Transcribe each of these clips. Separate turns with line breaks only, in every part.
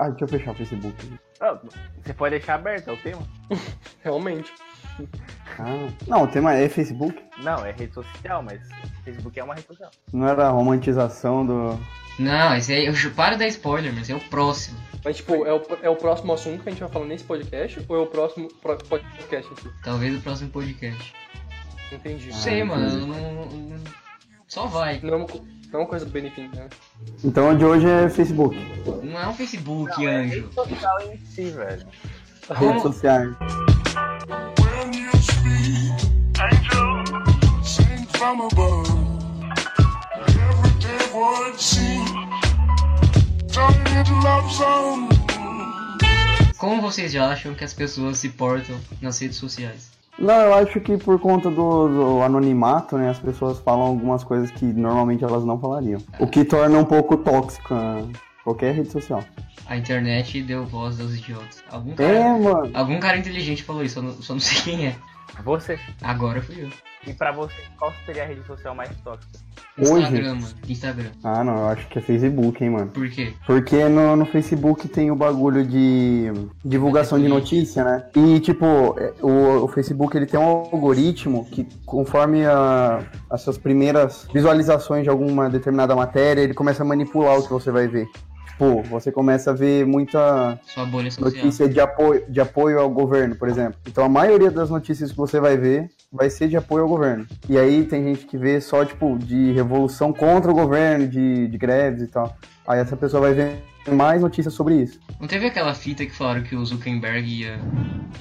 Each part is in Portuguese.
Ah, deixa eu fechar o Facebook.
Ah, você pode deixar aberto, é o tema?
Realmente.
Ah, não, o tema é Facebook.
Não, é rede social, mas Facebook é uma rede social.
Não era a romantização do.
Não, esse aí, eu ju- para dar spoiler, mas é o próximo.
Mas, tipo, é o, é o próximo assunto que a gente vai falar nesse podcast ou é o próximo pro- podcast aqui?
Talvez o próximo podcast.
Entendi.
Não sei,
Ah,
mano.
entendi.
eu não- não- só vai.
Não é uma, co- não é uma coisa bem definida. né?
Então de hoje é Facebook.
Não é um Facebook,
Não, é
anjo.
rede social em si, velho.
Redes
Como,
sociais.
When you speak, angel, sing from above. Everyday word seen, turned into love song.
como vocês já acham que as pessoas se portam nas redes sociais?
Não, eu acho que por conta do, do anonimato, né, as pessoas falam algumas coisas que normalmente elas não falariam. O que torna um pouco tóxica qualquer rede social.
A internet deu voz aos idiotas. Algum
É,
cara,
mano.
algum cara inteligente falou isso, eu não- só não sei quem é.
Você.
Agora fui eu.
E pra você, qual seria a rede social mais tóxica?
Hoje?
Instagram, mano. Instagram.
Ah, não, eu acho que é Facebook, hein, mano.
Por quê?
Porque no, no Facebook tem o bagulho de divulgação de notícia, né? E, tipo, é, o, o Facebook ele tem um algoritmo que, conforme a- as suas primeiras visualizações de alguma determinada matéria, ele começa a manipular o que você vai ver. Tipo, você começa a ver muita
Sua bolha social.
notícia de apoio, de apoio ao governo, por exemplo. Então, a maioria das notícias que você vai ver vai ser de apoio ao governo. E aí tem gente que vê só, tipo, de revolução contra o governo, de, de greves e tal. Aí essa pessoa vai ver mais notícias sobre isso.
Não teve aquela fita que falaram que o Zuckerberg ia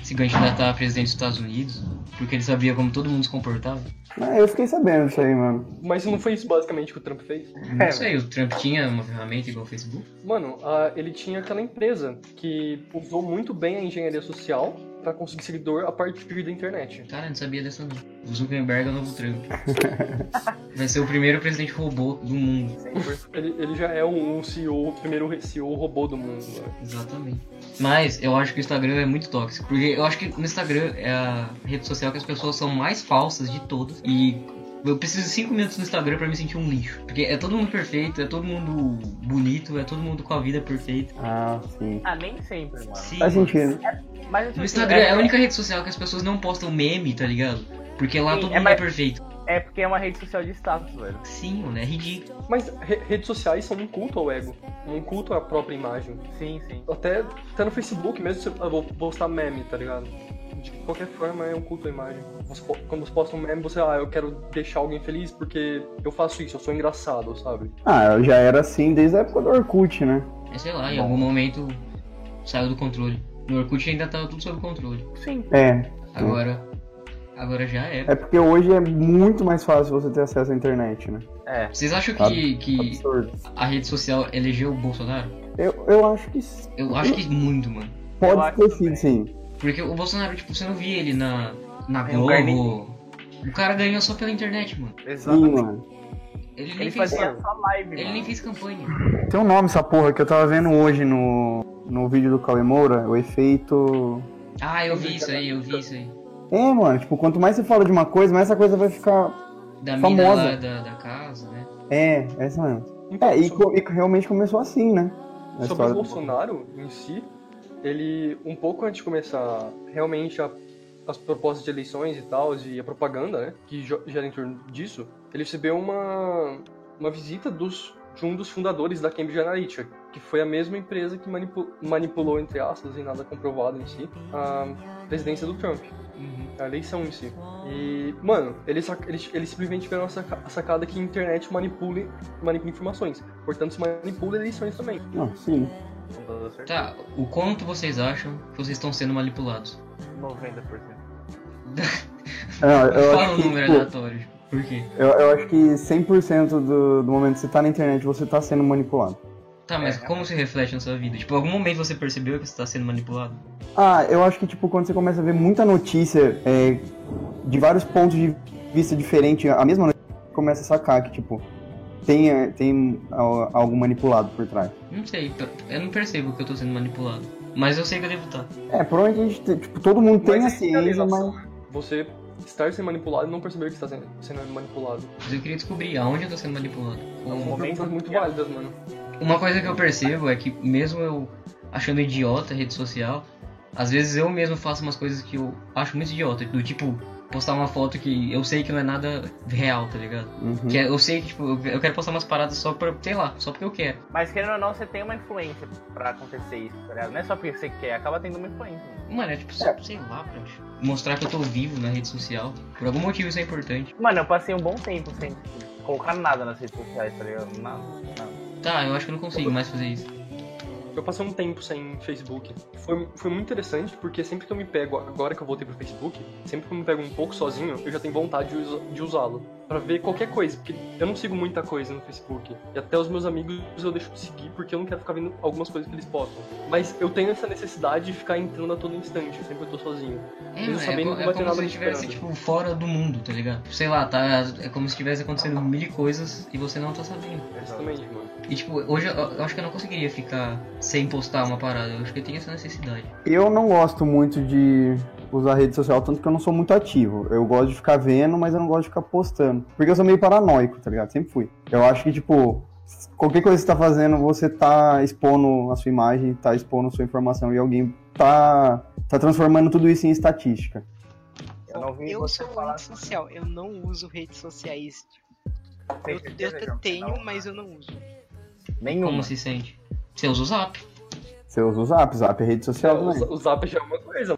se candidatar a presidente dos Estados Unidos? Porque ele sabia como todo mundo se comportava?
Ah, eu fiquei sabendo disso aí, mano.
Mas não foi isso basicamente que o Trump fez?
Não sei, o Trump tinha uma ferramenta igual o Facebook?
Mano, a- ele tinha aquela empresa que usou muito bem a engenharia social pra conseguir seguidor a partir da internet.
Cara, eu não Tá, sabia dessa não. O Zuckerberg é o novo Trump. Vai ser o primeiro presidente robô do mundo.
Ele, ele já é um, um CEO, o primeiro re- CEO robô do mundo. né?
Exatamente. Mas eu acho que o Instagram é muito tóxico. Porque eu acho que no Instagram é a rede social que as pessoas são mais falsas de todas. E eu preciso de 5 minutos no Instagram pra me sentir um lixo. Porque é todo mundo perfeito, é todo mundo bonito, é todo mundo com a vida perfeita.
Ah, sim.
Ah, nem sempre, mano.
Sim,
Faz
mano.
sentido.
Mas assim,
No Instagram é a única rede social que as pessoas não postam meme, tá ligado? Porque lá
Sim,
todo
é
mundo
mais-
é perfeito.
É porque é uma rede social de status, velho.
Sim, mano, é ridículo.
Mas re- redes sociais são um culto ao ego, um culto à própria imagem.
Sim, sim.
Até, até no Facebook mesmo você ah, vou postar meme, tá ligado? De qualquer forma é um culto à imagem. Você po- quando você posta um meme, você, ah, eu quero deixar alguém feliz porque eu faço isso, eu sou engraçado, sabe?
Ah, eu já era assim desde a época do Orkut, né?
É, sei lá, em
Bom.
algum momento saiu do controle. No Orkut ainda tava tudo sob controle.
Sim.
É.
Agora. Agora já é.
É porque hoje é muito mais fácil você ter acesso à internet, né?
É.
Vocês acham
Ab-
que, que
Absurdo.
a rede social elegeu o Bolsonaro?
Eu, eu acho que s-
Eu acho que muito, mano.
Eu
pode
acho
ter sido,
também.
sim.
Porque o Bolsonaro, tipo, você não via ele na, na
É, o cara nem-
Globo. O cara ganhou só pela internet, mano.
Sim,
Exatamente.
mano.
Ele nem,
Ele
fez,
fazia um. só live,
ele
mano.
nem fez campanha.
Tem um nome essa porra que eu tava vendo hoje no, no vídeo do Cauê Moura, o efeito.
Ah, eu vi isso aí, eu vi isso aí.
É, mano, tipo, quanto mais você fala de uma coisa, mais essa coisa vai ficar.
Da mina
Famosa.
lá da, da casa, né?
É, essa mesmo.
Então,
É, e,
sobre,
co- e realmente começou assim, né? A
sobre
história
o
do-
Bolsonaro em si, ele, um pouco antes de começar realmente a- as propostas de eleições e tal, e a propaganda, né, que jo- gera em torno disso, ele recebeu uma, uma visita dos, de um dos fundadores da Cambridge Analytica, que foi a mesma empresa que manipu- manipulou, entre aspas, e nada comprovado em si, a presidência do Trump.
Uhum.
A eleição em si. E, mano, eles, sac- eles, eles simplesmente tiveram a saca- a sacada que a internet manipule, manipula informações. Portanto, se manipula eleições também.
Não, Ah, sim.
Com toda certeza.
Tá, o quanto vocês acham que vocês estão sendo manipulados?
90%.
Não, eu
Fala
acho
um
que,
número
tipo,
aleatório. Por quê?
Eu, eu acho que 100% do, do momento que você tá na internet, você tá sendo manipulado.
Tá, mas
É.
como se reflete na sua vida? Tipo, algum momento você percebeu que você tá sendo manipulado?
Ah, eu acho que, tipo, quando você começa a ver muita notícia é, de vários pontos de vista diferente, a mesma notícia, você começa a sacar que, tipo, tem, é, tem al- algo manipulado por trás.
Não sei, pra- eu não percebo que eu tô sendo manipulado. Mas eu sei que eu devo tá. estar.
É, provavelmente a gente, tem- tipo, todo mundo tem a
Mas é
ciência,
realização,
mas...
né? Você estar sendo manipulado e não perceber que está sendo, sendo manipulado.
Mas eu queria descobrir aonde eu tô sendo manipulado.
São
É um momento-
perguntas muito válidas, mano.
Uma coisa que eu percebo é que mesmo eu achando idiota a rede social. Às vezes eu mesmo faço umas coisas que eu acho muito idiota, do tipo postar uma foto que eu sei que não é nada real, tá ligado?
Uhum.
Que é- eu sei que, tipo, eu- eu quero postar umas paradas só pra, sei lá, só porque eu quero.
Mas querendo ou não, você tem uma influência pra acontecer isso, tá ligado? Não é só porque você quer, acaba tendo uma influência. mano.
Mano, é tipo, só- sei lá, pra mostrar que eu tô vivo na rede social. Por algum motivo isso é importante.
Mano, eu passei um bom tempo sem tipo, colocar nada nas redes sociais, tá ligado? Nada, nada.
Tá, eu acho que eu não consigo mais fazer isso.
Eu passei um tempo sem Facebook. Foi, foi muito interessante, porque sempre que eu me pego, agora que eu voltei pro Facebook, sempre que eu me pego um pouco sozinho, eu já tenho vontade de, usa- de usá-lo. Pra ver qualquer coisa, porque eu não sigo muita coisa no Facebook. E até os meus amigos eu deixo de seguir, porque eu não quero ficar vendo algumas coisas que eles postam. Mas eu tenho essa necessidade de ficar entrando a todo instante, sempre que eu tô sozinho.
É,
Mesmo
mano, é,
sabendo
co-
que
é
vai ter
como
nada
se eu
me
estivesse,
esperando.
tipo, fora do mundo, tá ligado? Sei lá, tá. É como se estivesse acontecendo mil coisas e você não tá sabendo.
Exatamente, mano.
E, tipo, hoje eu, eu acho que eu não conseguiria ficar sem postar uma parada. Eu acho que eu tenho essa necessidade.
Eu não gosto muito de usar rede social, tanto que eu não sou muito ativo. Eu gosto de ficar vendo, mas eu não gosto de ficar postando. Porque eu sou meio paranoico, tá ligado? Sempre fui. Eu acho que, tipo, qualquer coisa que você tá fazendo, você tá expondo a sua imagem, tá expondo a sua informação e alguém tá, tá transformando tudo isso em estatística.
Eu não vi
eu
você
sou
falar.
antissocial, eu não uso redes sociais.
Tem
Eu, eu
certeza,
até
João?
tenho,
Não.
mas eu não uso.
Como
Nenhuma.
se sente? Você usa o zap.
Você usa o Zap, Zap é rede social
O,
também.
o Zap já é uma coisa.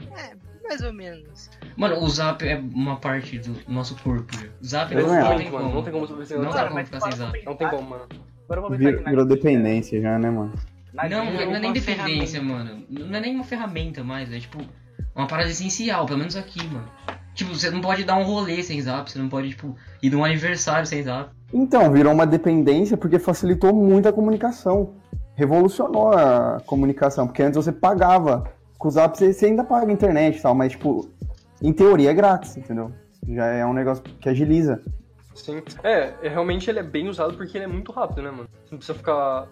Mais ou menos.
Mano, o zap é uma parte do nosso corpo. já. Zap
Eu não
não
Exatamente,
tem
mano. Não tem
como.
como você
Não dá
não,
como ficar sem zap.
não tem como, mano.
então, Agora eu vou pensar
Virou,
aqui na-
virou dependência já, né, mano?
na
Não,
Disney,
não é nem
uma
dependência, mano. Não é nem uma ferramenta mais, é tipo uma parada essencial, pelo menos aqui, mano. Tipo, você não pode dar um rolê sem zap, você não pode, tipo, ir num aniversário sem zap.
Então, virou uma dependência porque facilitou muito a comunicação. Revolucionou a comunicação, porque antes você pagava. Com o Zap você, você ainda paga a internet e tal, mas, tipo, em teoria é grátis, entendeu? Já é um negócio que agiliza.
Sim. É, é, realmente ele é bem usado porque ele é muito rápido, né, mano? Você não precisa ficar.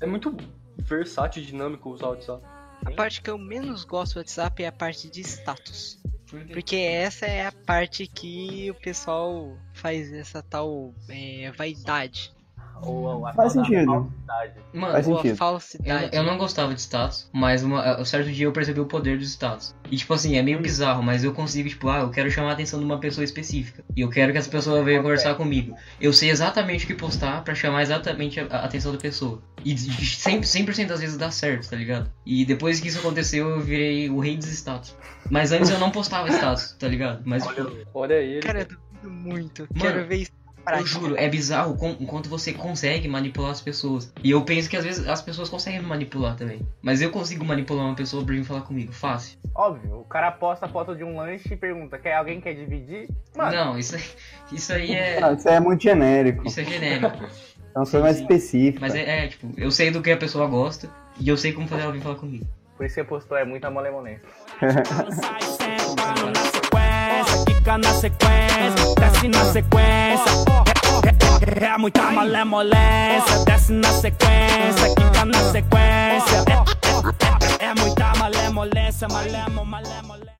É muito versátil e dinâmico usar o WhatsApp.
A parte que eu menos gosto do WhatsApp é a parte de status. Porque essa é a parte que o pessoal faz essa tal é, vaidade.
Ou, ou a
Faz
tal da
sentido.
falsidade.
Mano,
Faz
ou a
sentido.
Eu,
falsidade.
eu não gostava de status, mas uma, um certo dia eu percebi o poder dos status. E tipo assim, é meio bizarro, mas eu consigo, tipo, ah, eu quero chamar a atenção de uma pessoa específica. E eu quero que essa pessoa venha conversar comigo. Eu sei exatamente o que postar pra chamar exatamente a, a atenção da pessoa. E de- de 100%, 100 das vezes dá certo, tá ligado? E depois que isso aconteceu, eu virei o rei dos status. Mas antes eu não postava status, tá ligado? Mas tipo,
Olha ele.
Cara, eu duvido muito.
Mano,
Quero ver isso na
eu
prática.
juro, é bizarro com- o quanto você consegue manipular as pessoas. E eu penso que às vezes as pessoas conseguem me manipular também. Mas eu consigo manipular uma pessoa pra vir falar comigo, fácil.
Óbvio, o cara posta a foto de um lanche e pergunta: quer, alguém quer dividir? Mano,
Não, isso, isso aí
Ah,
é.
isso aí é muito genérico.
Isso é genérico.
É uma coisa mais
sim.
específica.
Mas é, é, tipo, eu sei do que a pessoa gosta e eu sei como fazer ela vir falar comigo.
por isso que você postou, é muita molemonense.
Sai sentando na sequência, quica na sequência, desce na sequência. Eh, É, é, é, é muita malemolência, desce na sequência, quica na sequência. eh, É, é, é, é muita malemolência, malemo, malemolência.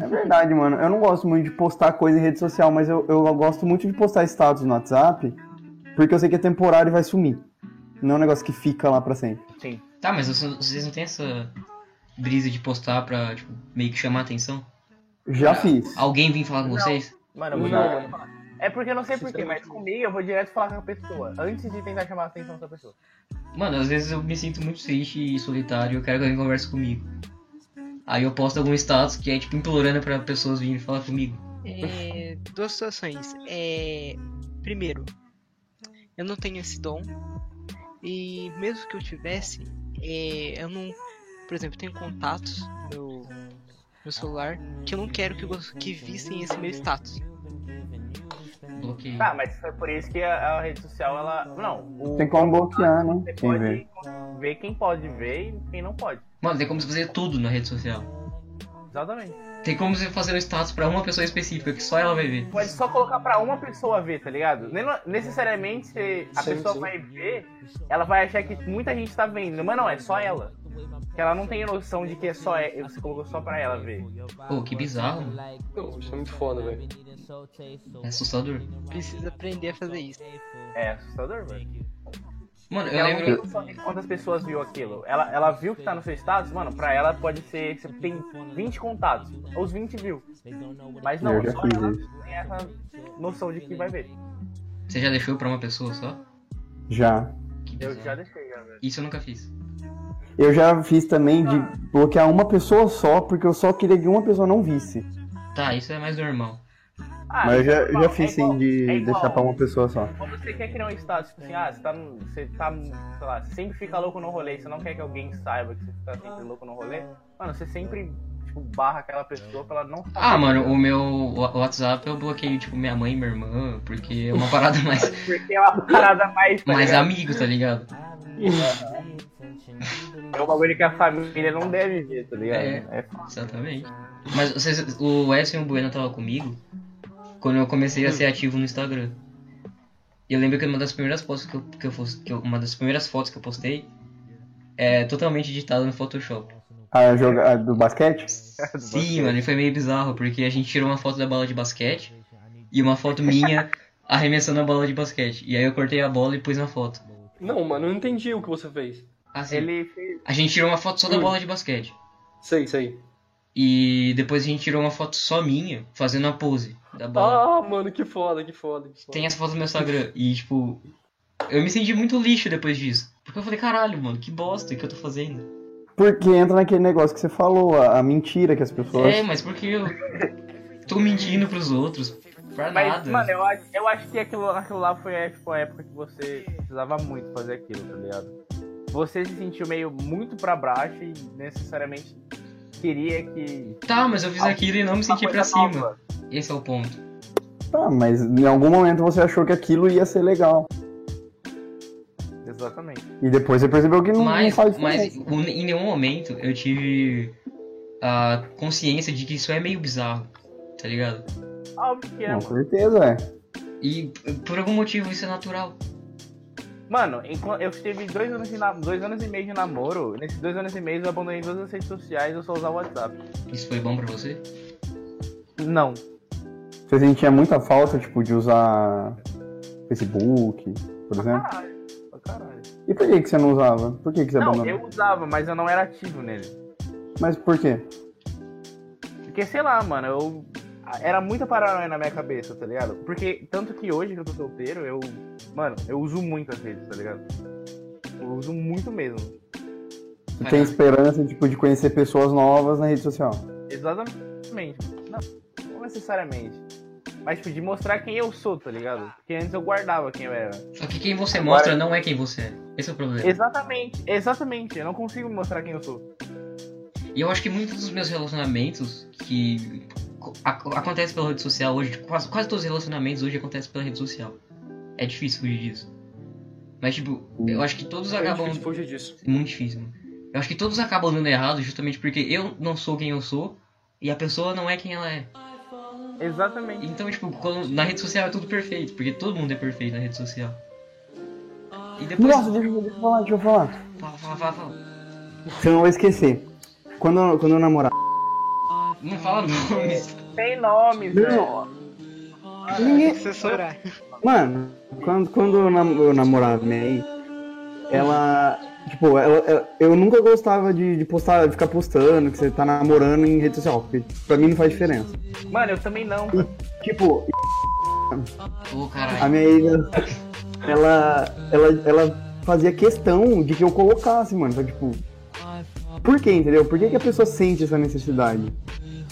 É verdade, mano. Eu não gosto muito de postar coisa em rede social, mas eu, eu gosto muito de postar status no WhatsApp, porque eu sei que é temporário e vai sumir. Não é um negócio que fica lá pra sempre.
Sim.
Tá, mas vocês, vocês não têm essa brisa de postar pra, tipo, meio que chamar a atenção?
Já fiz.
Alguém vir falar com vocês?
Mano, eu vou
Não.
direto falar. É porque eu não sei porquê, mas comigo eu vou direto falar com a pessoa, antes de tentar chamar a atenção da pessoa.
Mano, às vezes eu me sinto muito triste e solitário e eu quero que alguém converse comigo. Aí eu posto algum status que é, tipo, implorando pra pessoas virem falar comigo.
É, duas situações. É, primeiro, eu não tenho esse dom. E mesmo que eu tivesse, é, eu não. Por exemplo, eu tenho contatos no meu celular que eu não quero que, gos- que vissem esse meu status.
Bloqueio.
Tá, mas foi por isso que a, a rede social, ela. Não, o-
Tem como bloquear, né?
você
Quem vê.
pode ver quem pode ver e quem não pode.
Mano, tem como você fazer tudo na rede social.
Exatamente.
Tem como você fazer um status pra uma pessoa específica que só ela vai ver.
Pode só colocar pra uma pessoa ver, tá ligado? Nem- Necessariamente se a
Sim,
pessoa
sim.
vai ver, ela vai achar que muita gente tá vendo, mas não, é só ela. Que ela não tem noção de que é só é, você colocou só pra ela ver.
Pô, que bizarro, mano.
Não, isso é muito foda, velho.
É assustador.
Preciso aprender a fazer isso.
É assustador, velho.
Mano, eu
Ela não tem
lembro.
noção de quantas pessoas viu aquilo. Ela, ela viu que tá no seu status, mano, pra ela pode ser. Você tem 20 contatos. Ou os 20 viu. Mas não,
Eu já
só
fiz
ela
isso.
tem essa noção de que vai ver.
Você já deixou pra uma pessoa só?
Já.
Que
Eu
bizarro.
já deixei, já, velho.
Isso eu nunca fiz.
Eu já fiz também de
Ah.
bloquear uma pessoa só, porque eu só queria que uma pessoa não visse.
Tá, isso é mais normal.
Ah,
Mas eu já,
é
eu
igual,
já fiz
é igual,
sim de
é igual.
deixar pra uma pessoa só.
Quando você quer criar um status, tipo assim, ah, você tá, no- você tá, sei lá, sempre fica louco no rolê, você não quer que alguém saiba que você tá sempre louco no rolê, mano, você sempre, tipo, barra aquela pessoa pra ela não saber.
Ah, mano, o meu wa- WhatsApp eu bloqueei, tipo, minha mãe e minha irmã, porque é uma parada mais,
Porque é uma parada mais. tá
mais
ligado?
amigo, tá ligado?
É um bagulho que a família não deve ver, tá ligado?
É.
É foda.
Exatamente. Mas vocês, o Edson e o Bueno tava comigo quando eu comecei a ser ativo no Instagram. E eu lembro que uma das primeiras fotos que eu, que eu, fos- que eu- uma das primeiras fotos que eu postei é totalmente digitada no Photoshop.
A joga a do basquete?
Sim, mano, e foi meio bizarro, porque a gente tirou uma foto da bola de basquete e uma foto minha arremessando a bola de basquete. E aí eu cortei a bola e pus na foto.
Não, mano, eu não entendi o que você fez.
Assim,
Ele fez.
a gente tirou uma foto só da
Hum.
bola de basquete.
Sei, sei.
E depois a gente tirou uma foto só minha, fazendo a pose da bola.
Ah, mano, que foda, que foda, que foda.
Tem essa foto no meu Instagram. E, tipo, eu me senti muito lixo depois disso. Porque eu falei, caralho, mano, que bosta que eu tô fazendo.
Porque entra naquele negócio que você falou, a, a mentira que as pessoas.
É, mas porque eu tô mentindo pros outros. Pra
Mas,
nada.
mano, eu acho, eu acho que aquilo, aquilo lá foi é, tipo, a época que você precisava muito fazer aquilo, tá ligado? Você se sentiu meio muito pra baixo e necessariamente queria que.
Tá, mas eu fiz aquilo e não me senti
Uma
pra
coisa
cima.
nova.
Esse é o ponto.
Tá, mas em algum momento você achou que aquilo ia ser legal.
Exatamente.
E depois você percebeu que não, não
Mas,
faz
mas
diferença.
o- em nenhum momento eu tive a consciência de que isso é meio bizarro. Tá ligado?
Óbvio que é,
Com
mano.
certeza, é.
E p- por algum motivo isso é natural.
Mano, enqu- eu tive dois anos, de na- dois anos e meio de namoro. Nesses dois anos e meio eu abandonei todas as redes sociais eu só usava o WhatsApp.
Isso foi bom pra você?
Não.
Você sentia muita falta, tipo, de usar Facebook, por exemplo.
Caralho. Pra caralho.
E por que, que Uhum. você não usava? Por que, que você
Não,
abandonou?
eu usava, mas eu não era ativo nele.
Mas por quê?
Porque, sei lá, mano, eu. Era muita paranoia na minha cabeça, tá ligado? Porque, tanto que hoje que eu tô solteiro, eu. Mano, eu uso muito as redes, tá ligado? Eu uso muito mesmo.
Você
Vai
tem
lá.
esperança, tipo, de conhecer pessoas novas na rede social.
Exatamente. Não, não necessariamente. Mas, tipo, de mostrar quem eu sou, tá ligado? Porque antes eu guardava quem eu era.
Só que quem você
Agora-
mostra não é quem você é. Esse é o problema.
Exatamente, exatamente. Eu não consigo me mostrar quem eu sou.
E eu acho que muitos dos meus relacionamentos que co- ac- acontece pela rede social hoje, tipo, quase, quase todos os relacionamentos hoje acontecem pela rede social. É difícil fugir disso. Mas, tipo, eu acho que todos
É
acabam.
difícil fugir disso.
Muito difícil, mano. Eu acho que todos acabam dando errado justamente porque eu não sou quem eu sou e a pessoa não é quem ela é.
Exatamente.
Então, tipo, quando- na rede social é tudo perfeito, porque todo mundo é perfeito na rede social. E depois.
Nossa, deixa eu, deixa eu falar, deixa eu falar.
Fala, fala, fala, fala.
Você não vai esquecer. Quando, eu- quando eu namorava.
Não fala nomes.
Tem nome, velho.
Ninguém.
Censurar.
Mano, quando, quando eu, nam eu namorava minha ex, ela. Tipo, ela, ela- eu nunca gostava de, de postar, de ficar postando que você tá namorando em rede social, porque pra mim não faz diferença.
Mano, eu também não.
Tipo,
Ô,
a
caralho.
minha ex, ela, ela, ela fazia questão de que eu colocasse, mano. Então, tipo, por que, entendeu? Por que, que a pessoa sente essa necessidade?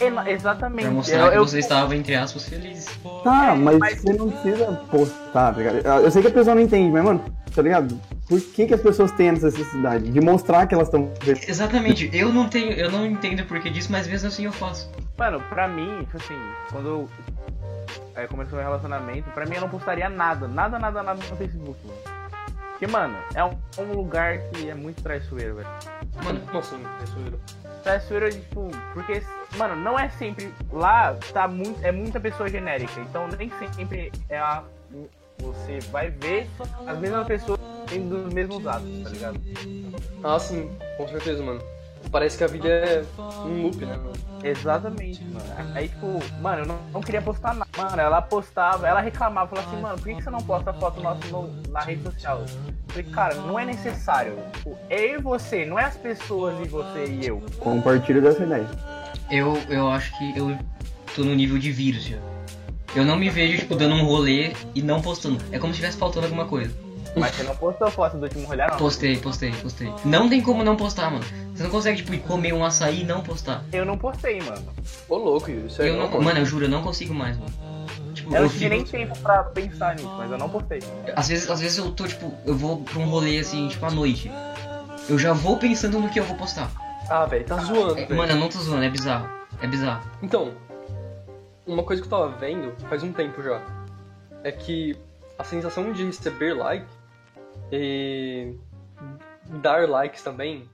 Ela- Exatamente.
Pra
Eu-
mostrar que
eu-
você estava, entre aspas, feliz.
Tá, mas,
mas-
você não precisa postar, tá ligado? Eu sei que a pessoa não entende, mas, mano, tá ligado? Por que, que as pessoas têm essa necessidade de mostrar que elas estão
Exatamente, eu não tenho, eu não entendo por que disso, mas mesmo assim eu faço.
Mano, pra mim, tipo assim, quando eu é, comecei meu relacionamento, pra mim eu não postaria nada, nada, nada, nada no Facebook, mano. Porque, mano, é um, um lugar que é muito traiçoeiro, velho.
Mano,
Nossa, isso é
Traiçoeiro, tipo, porque, mano, não é sempre. Lá tá muito. É muita pessoa genérica. Então nem sempre é a. Você vai ver as mesmas pessoas tendo os mesmos atos, tá ligado?
Ah, sim, com certeza, mano. Parece que a vida é um loop, né, mano?
Exatamente, mano. Aí, tipo, mano, eu não, não queria postar nada. Mano, ela postava, ela reclamava, falava assim, mano, por que, que você não posta foto nossa no- na rede social? Eu falei, cara, não é necessário. Tipo, eu e você, não é as pessoas e você e eu.
Compartilho dessa ideia.
Eu, eu acho que eu tô no nível de vírus já. Eu não me vejo, tipo, dando um rolê e não postando. É como se tivesse faltando alguma coisa.
Mas você não postou foto do último rolê, não.
Postei, postei, postei. Não tem como não postar, mano. Você não consegue, tipo, ir comer um açaí e não postar.
Eu não postei, mano.
Ô louco, Yuri, isso é aí
eu não,
mano.
mano, eu juro, eu não consigo mais, mano. Tipo,
Eu
eu
não tive
fico,
nem tempo pra pensar nisso, mas eu não postei.
às vezes, às vezes eu tô, tipo, eu vou pra um rolê assim, tipo, à noite. Eu já vou pensando no que eu vou postar.
Ah, velho, tá zoando,
É,
velho.
mano, eu não tô zoando, é bizarro. É bizarro.
Então, uma coisa que eu tava vendo faz um tempo já é que a sensação de receber like e dar likes também,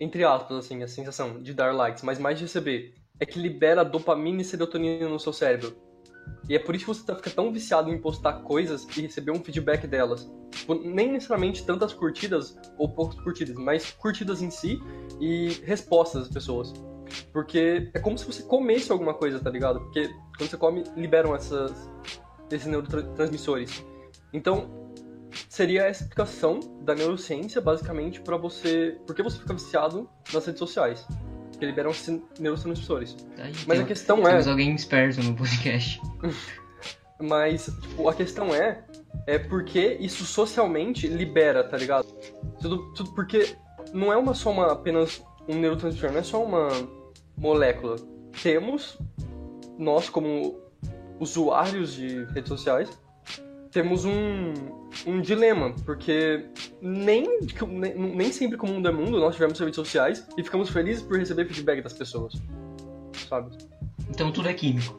entre aspas, assim, a sensação de dar likes, mas mais de receber, é que libera dopamina e serotonina no seu cérebro. E é por isso que você tá- fica tão viciado em postar coisas e receber um feedback delas. Tipo, nem necessariamente tantas curtidas ou poucas curtidas, mas curtidas em si e respostas das pessoas. Porque é como se você comesse alguma coisa, tá ligado? Porque quando você come, liberam essas, esses neurotransmissores. Então, seria a explicação da neurociência, basicamente, pra você. Por que você fica viciado nas redes sociais? Porque liberam esses neurotransmissores.
Tá aí,
Mas
tem-
a questão é.
temos alguém esperto no podcast.
Mas, tipo, a questão é, é porque isso socialmente libera, tá ligado? Tudo, tudo porque não é uma só uma, apenas um neurotransmissor, não é só uma molécula. Temos, nós como usuários de redes sociais, temos um, um dilema, porque nem, nem, nem sempre como o mundo é mundo, nós tivemos redes sociais e ficamos felizes por receber feedback das pessoas, sabe?
Então tudo é químico,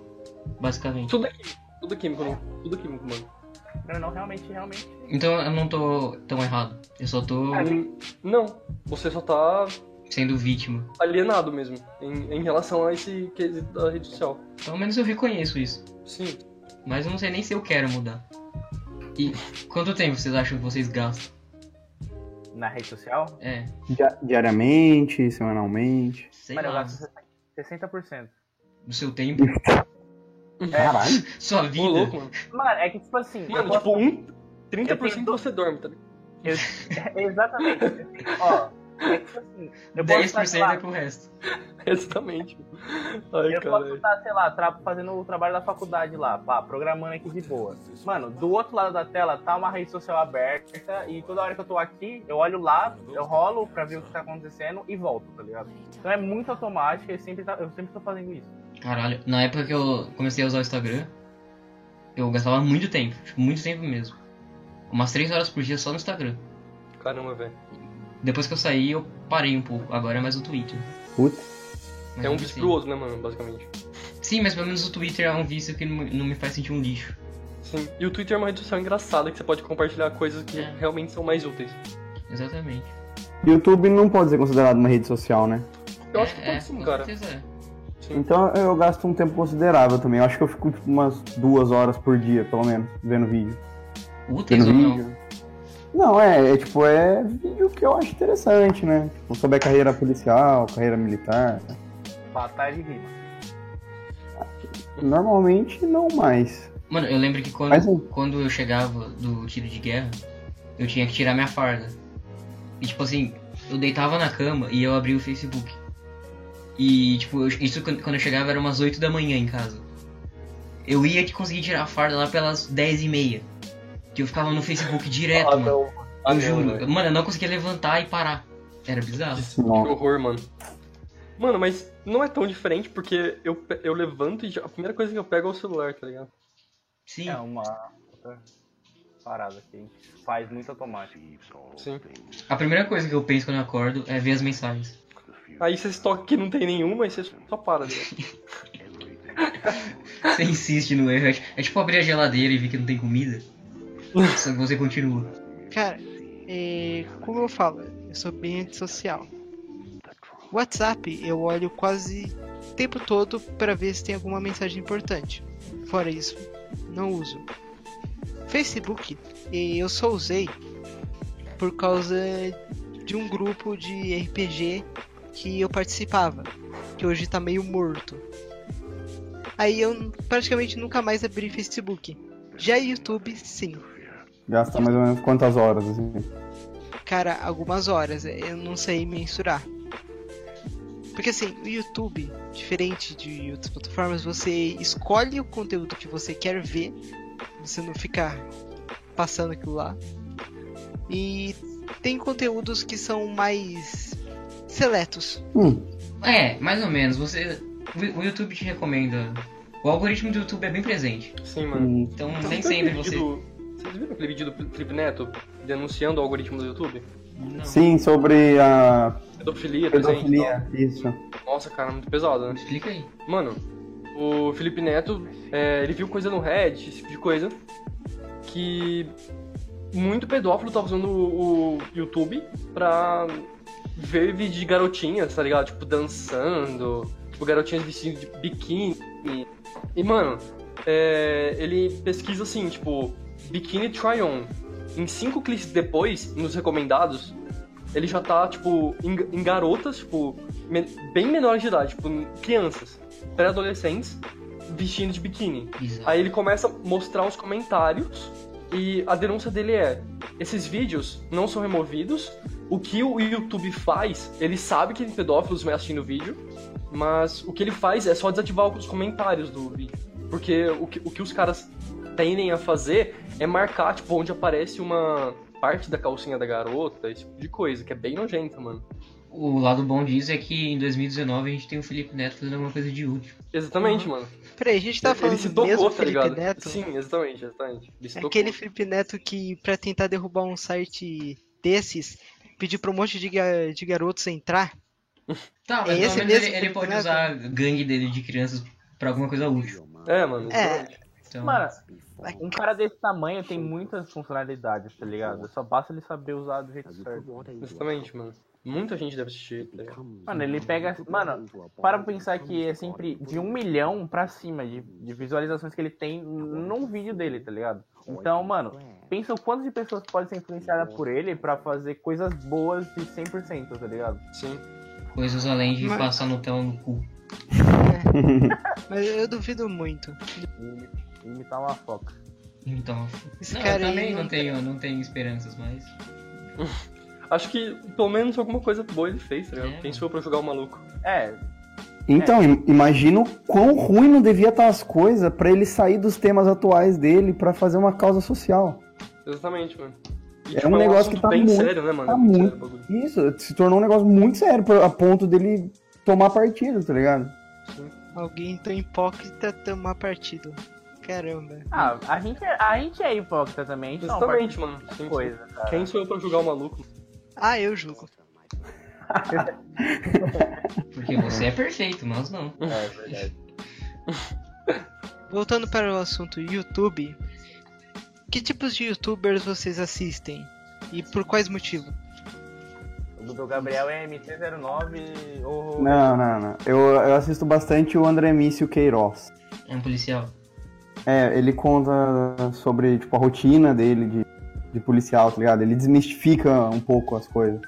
basicamente.
Tudo é químico, tudo é químico, não- tudo é químico, mano.
Não, não, realmente, realmente.
Então eu não tô tão errado. Eu só tô
Ah,
Hum, Não, você só tá
sendo vítima.
alienado mesmo em, em relação a esse quesito da rede social.
Pelo menos eu reconheço isso.
Sim.
Mas eu não sei nem se eu quero mudar. E quanto tempo vocês acham que vocês gastam?
Na rede social?
É,
Dia- diariamente, semanalmente.
sei
Mano, eu
lá.
gasto 60%.
Do seu tempo,
Caralho.
sua
Ô, louco,
vida.
mano.
Mano, é que tipo assim. eu
Mano,
posto-
tipo, um 30%
Eu tenho-
você dorme, tá ligado?
Exatamente. Ó, é que tipo assim. Eu posso estar, sei
10%
lá,
é pro resto.
Exatamente. Ai,
Eu posso
cara.
estar, sei lá, tra- fazendo o trabalho da faculdade lá, pá, programando aqui de boa. Mano, do outro lado da tela tá uma rede social aberta e toda hora que eu tô aqui, eu olho lá, eu rolo pra ver o que tá acontecendo e volto, tá ligado? Então é muito automático, eu sempre, tá- eu sempre tô fazendo isso.
Caralho, na época que eu comecei a usar o Instagram, eu gastava muito tempo, tipo, muito tempo mesmo. Umas 3 horas por dia só no Instagram.
Caramba, velho.
Depois que eu saí, eu parei um pouco. Agora é mais o Twitter.
Putz.
Mas
É um
ainda
bicho
assim.
pro outro, né, mano, basicamente.
Sim, mas pelo menos o Twitter é um vício que não não me faz sentir um lixo.
Sim. E o Twitter é uma rede social engraçada que você pode compartilhar coisas que
É.
realmente são mais úteis.
Exatamente.
YouTube não pode ser considerado uma rede social, né?
Eu acho que
É,
pode
é,
sim,
com
cara.
certeza é.
Sim.
Então eu gasto um tempo considerável também. Eu acho que eu fico tipo, umas duas horas por dia, pelo menos, vendo vídeo.
Úteis
Vendo
ou não?
um vídeo. Não, é, é tipo, é vídeo que eu acho interessante, né? Tipo, sobre a carreira policial, carreira militar.
Batalha de rima.
Normalmente não mais.
Mano, eu lembro que quando,
Mas um-
quando eu chegava do tiro de guerra, eu tinha que tirar minha farda. E tipo assim, eu deitava na cama e eu abria o Facebook. E tipo, eu- isso quando quando eu chegava era umas 8 da manhã em casa. Eu ia te conseguir tirar a farda lá pelas 10 e meia. Que eu ficava no Facebook direto, mano.
Ah,
é. eu
não,
juro.
velho.
Mano, eu não conseguia levantar e parar. Era bizarro.
Que
Não.
horror, mano. Mano, mas não é tão diferente porque eu, pe- eu levanto e já- a primeira coisa que eu pego é o celular, tá ligado?
Sim.
É uma outra parada que a gente faz muito automático.
Sim.
A primeira coisa que eu penso quando eu acordo é ver as mensagens.
Aí você toca que não tem nenhuma e você só para, tá ligado?
Você insiste no erro. É tipo abrir a geladeira e ver que não tem comida. Só que você continua.
Cara, é, como eu falo, eu sou bem antissocial. WhatsApp eu olho quase o tempo todo pra ver se tem alguma mensagem importante. Fora isso, não uso. Facebook eh, eu só usei por causa de um grupo de RPG que eu participava, que hoje tá meio morto. Aí eu praticamente nunca mais abri Facebook. Já é YouTube, sim.
Gasta mais ou menos quantas horas, assim.
Cara, algumas horas, é, eu não sei mensurar. Porque assim, o YouTube, diferente de outras plataformas, você escolhe o conteúdo que você quer ver, você não fica passando aquilo lá. E tem conteúdos que são mais seletos.
Hum,
É, mais ou menos. Você, o o YouTube te recomenda. O algoritmo do YouTube é bem presente.
Sim, mano.
hum.
Então
Tá
Vocês
nem
viram
sempre
aquele
você.
vídeo do- Vocês viram aquele vídeo do Felipe Neto denunciando o algoritmo do YouTube?
Não.
Sim, sobre a
Pedofilia, presente. e
pedofilia. Isso.
tal. Nossa, cara, muito pesado, né?
Explica aí.
Mano, o Felipe Neto, é, ele viu coisa no Reddit, esse tipo de coisa, que muito pedófilo tava usando o, o YouTube pra ver vídeo de garotinhas, tá ligado? Tipo, dançando, tipo, garotinhas vestindo de biquíni. E, mano, é, ele pesquisa assim, tipo, biquíni try-on. Em cinco cliques depois, nos recomendados, ele já tá, tipo, em, em garotas, tipo, men- bem menores de idade, tipo, crianças, pré-adolescentes, vestindo de biquíni.
Bizarro.
Aí ele começa a mostrar os comentários e a denúncia dele é: esses vídeos não são removidos. O que o YouTube faz, ele é sabe que tem pedófilos assistindo o vídeo, mas o que ele faz é só desativar os comentários do vídeo. Porque o que, o que os caras tendem a fazer é marcar, tipo, onde aparece uma parte da calcinha da garota, esse tipo de coisa, que é bem nojento, mano.
O lado bom disso é que em 2019 a gente tem o Felipe Neto fazendo alguma coisa de útil.
Exatamente, mano.
Peraí, a gente tá
ele
falando
se
do
tocou,
mesmo
tá
Felipe
ligado?
Neto?
Sim, exatamente, exatamente. Ele se tocou.
Aquele Felipe Neto que, pra tentar derrubar um site desses, pediu pra um monte de, ga- de garotos entrar.
Tá, mas
É
pelo
esse
menos ele,
mesmo
ele pode
Felipe
usar a gangue dele de crianças pra alguma coisa útil.
É, mano.
É,
Então,
Mano,
Vai-
um cara desse tamanho tem muitas funcionalidades, tá ligado? Só basta ele saber usar do jeito certo.
Exatamente, mano. Muita gente deve assistir, tá ligado?
Mano, ele pega. Mano, para pra pensar que é sempre de um milhão pra cima de, de visualizações que ele tem num vídeo dele, tá ligado? Então, mano, pensa o quanto de pessoas podem ser influenciadas por ele pra fazer coisas boas de 100%, tá ligado?
Sim.
Então, coisas além de
Mas-
passar Nutella no cu.
mas eu duvido muito.
E imitar uma foca.
Então,
Esse
não,
cara
eu
aí
também
não
não tenho, não tenho esperanças, mas.
Acho que pelo menos alguma coisa boa ele fez, tá ligado?
É.
Quem sou eu pra jogar o maluco?
É,
Então, im- imagina o quão ruim não devia estar as coisas pra ele sair dos temas atuais dele pra fazer uma causa social.
Exatamente, mano. E, tipo,
É um negócio
assunto
que tá
bem
muito-
sério, né, mano?
tá
É muito
muito.
sério o bagulho.
Isso se tornou um negócio muito sério pra- a ponto dele tomar partido, tá ligado?
Alguém tão hipócrita tomar partido. Caramba.
Ah, a gente é, a gente é hipócrita também, a gente não
Exatamente,
parte
mano. Sim,
de
sim.
coisa, cara.
Quem sou eu pra jogar o maluco?
Ah, eu julgo.
Porque você é perfeito, nós não.
É, verdade.
Voltando para o assunto YouTube, que tipos de YouTubers vocês assistem? E por quais motivos?
O do Gabriel é MT-09 ou...
Não, não, não. Eu, eu assisto bastante o André Mício Queiroz.
É um policial.
É, ele conta sobre, tipo, a rotina dele de, de policial, tá ligado? Ele desmistifica um pouco as coisas.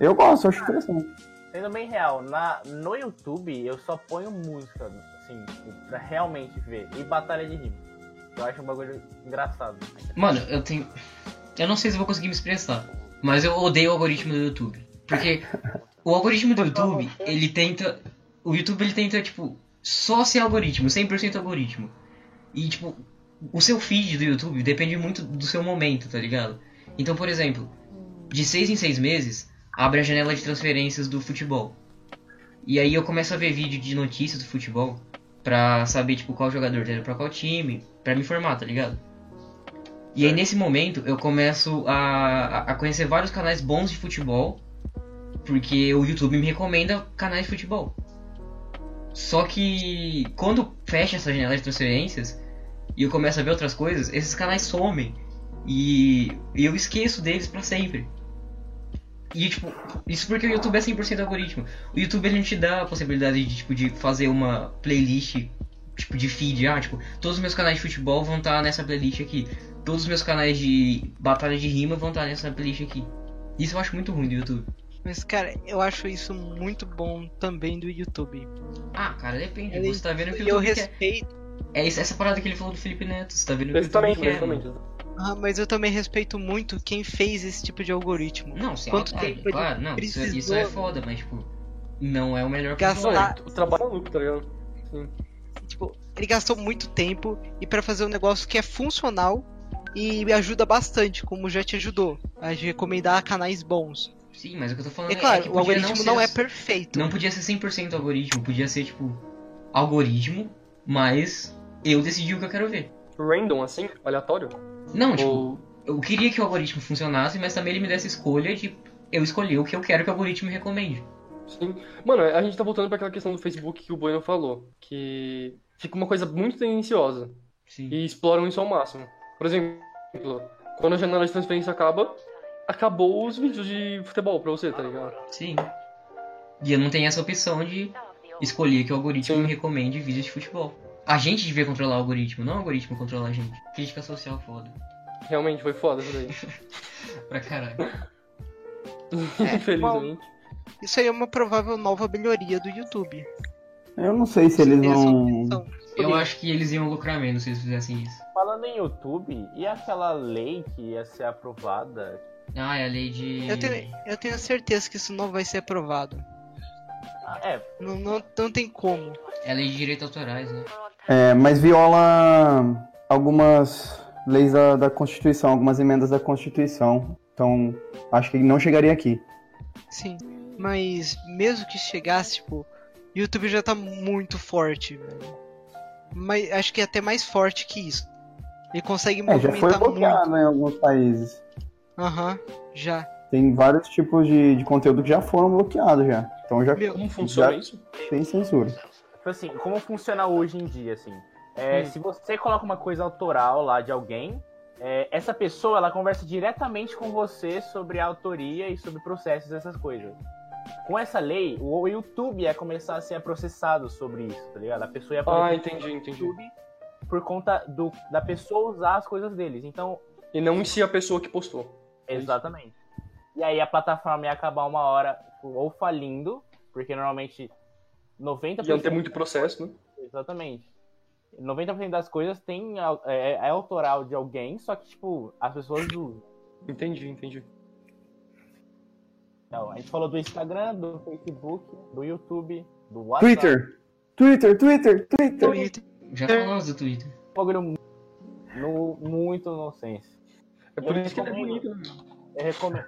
Eu gosto, eu acho interessante.
Sendo bem real, na, no YouTube eu só ponho música, assim, tipo, pra realmente ver. E batalha de rima. Eu acho um bagulho engraçado.
Mano, eu tenho. Eu não sei se eu vou conseguir me expressar, mas eu odeio o algoritmo do YouTube. Porque o algoritmo do YouTube, ele tenta. O YouTube ele tenta, tipo, só ser algoritmo, 100% algoritmo. E, tipo, o seu feed do YouTube depende muito do seu momento, tá ligado? Então, por exemplo, de seis em seis meses, abre a janela de transferências do futebol. E aí eu começo a ver vídeo de notícias do futebol pra saber, tipo, qual jogador tá indo pra qual time, pra me informar, tá ligado? E aí nesse momento eu começo a, a conhecer vários canais bons de futebol, porque o YouTube me recomenda canais de futebol. Só que quando fecha essa janela de transferências e eu começo a ver outras coisas, esses canais somem e, e eu esqueço deles pra sempre. E tipo, isso porque o YouTube é 100% algoritmo. O YouTube ele não te dá a possibilidade de tipo de fazer uma playlist tipo de feed, ah, tipo, todos os meus canais de futebol vão estar nessa playlist aqui todos os meus canais de batalha de rima vão estar nessa playlist aqui. Isso eu acho muito ruim do YouTube.
Mas, cara, eu acho isso muito bom também do YouTube.
Ah, cara, depende.
Ele-
Você tá vendo que o
eu
YouTube quer.
respeito.
É isso- essa parada que ele falou do Felipe Neto. Você tá vendo que o YouTube
Exatamente,
É.
quer.
exatamente.
mano.
Ah, mas eu também respeito muito quem fez esse tipo de algoritmo.
Não, sem
Quanto
maldade,
tempo ele
claro, não. Isso,
precisou-
isso é foda, mas tipo. Não é o melhor que
Gastar-
Não, é,
eu
o trabalho é maluco, tá ligado?
Tipo, ele gastou muito tempo e pra fazer um negócio que é funcional e me ajuda bastante, como já te ajudou, a te recomendar canais bons.
Sim, mas o que eu tô falando
É
é,
claro,
que
o
podia
algoritmo
ser
não, é
assim.
perfeito.
Não podia ser 100% algoritmo, podia ser tipo algoritmo, mas eu decidi o que eu quero ver.
Random, assim, aleatório?
Não, tipo,
Ou...
eu queria que o algoritmo funcionasse, mas também ele me desse escolha de eu escolher o que eu quero que o algoritmo me recomende.
Sim. Mano, a gente tá voltando pra aquela questão do Facebook que o Bueno falou. Que fica uma coisa muito tendenciosa.
Sim.
E exploram isso ao máximo. Por exemplo, quando a janela de transferência acaba, acabou os vídeos de futebol pra você, tá ligado?
Sim. E eu não tenho essa opção de escolher que o algoritmo
Sim.
me recomende vídeos de futebol. A gente devia controlar o algoritmo, não o algoritmo controlar a gente. Crítica social foda.
Realmente foi foda isso daí.
Pra caralho.
É.
Infelizmente.
Isso aí é uma provável nova melhoria do YouTube.
Eu não sei se eles
Eles
vão.
são-
Eu acho que eles iam lucrar menos se eles fizessem isso.
Falando em YouTube, e aquela lei que ia ser aprovada?
Ah, é a lei de.
Eu tenho, eu tenho certeza que isso não vai ser aprovado.
Ah, é,
Não, não, não tem como.
É a lei de direitos autorais, né?
É, mas viola algumas leis da, da Constituição, algumas emendas da Constituição. Então, acho que não chegaria aqui.
Sim. Mas mesmo que chegasse, tipo, o YouTube já tá muito forte, velho. Mas acho que é até mais forte que isso. Ele consegue
É, já foi
movimentar muito.
bloqueado né, em alguns países.
Aham, já.
Tem vários tipos de, de conteúdo que já foram bloqueados já. Então já
Meu,
Como funciona
Já-
isso?
tem censura.
tipo assim, como funciona hoje em dia, assim? É,
Hum.
Se você coloca uma coisa autoral lá de alguém, é, essa pessoa, ela conversa diretamente com você sobre a autoria e sobre processos, essas coisas. Com essa lei, o YouTube ia começar a ser processado sobre isso, tá ligado? A pessoa ia
Ah,
poder
entendi, entendi.
YouTube por conta do, da pessoa usar as coisas deles. Então,
E não em si a pessoa que postou. É isso.
Exatamente. E aí a plataforma ia acabar uma hora tipo, ou falindo, porque normalmente 90%
Iam ter muito processo, né?
exatamente. 90% das coisas tem au- é, é autoral de alguém, só que tipo, as pessoas usam.
Entendi, entendi.
Então, a gente falou do Instagram, do Facebook, do YouTube, do WhatsApp.
Twitter! Twitter, Twitter, Twitter!
Twitter.
É.
Já falamos do Twitter.
Um bagulho mu- no, muito nonsense.
É por
Eu
isso que ele é
recomendo.
bonito. né?
Eu recomendo.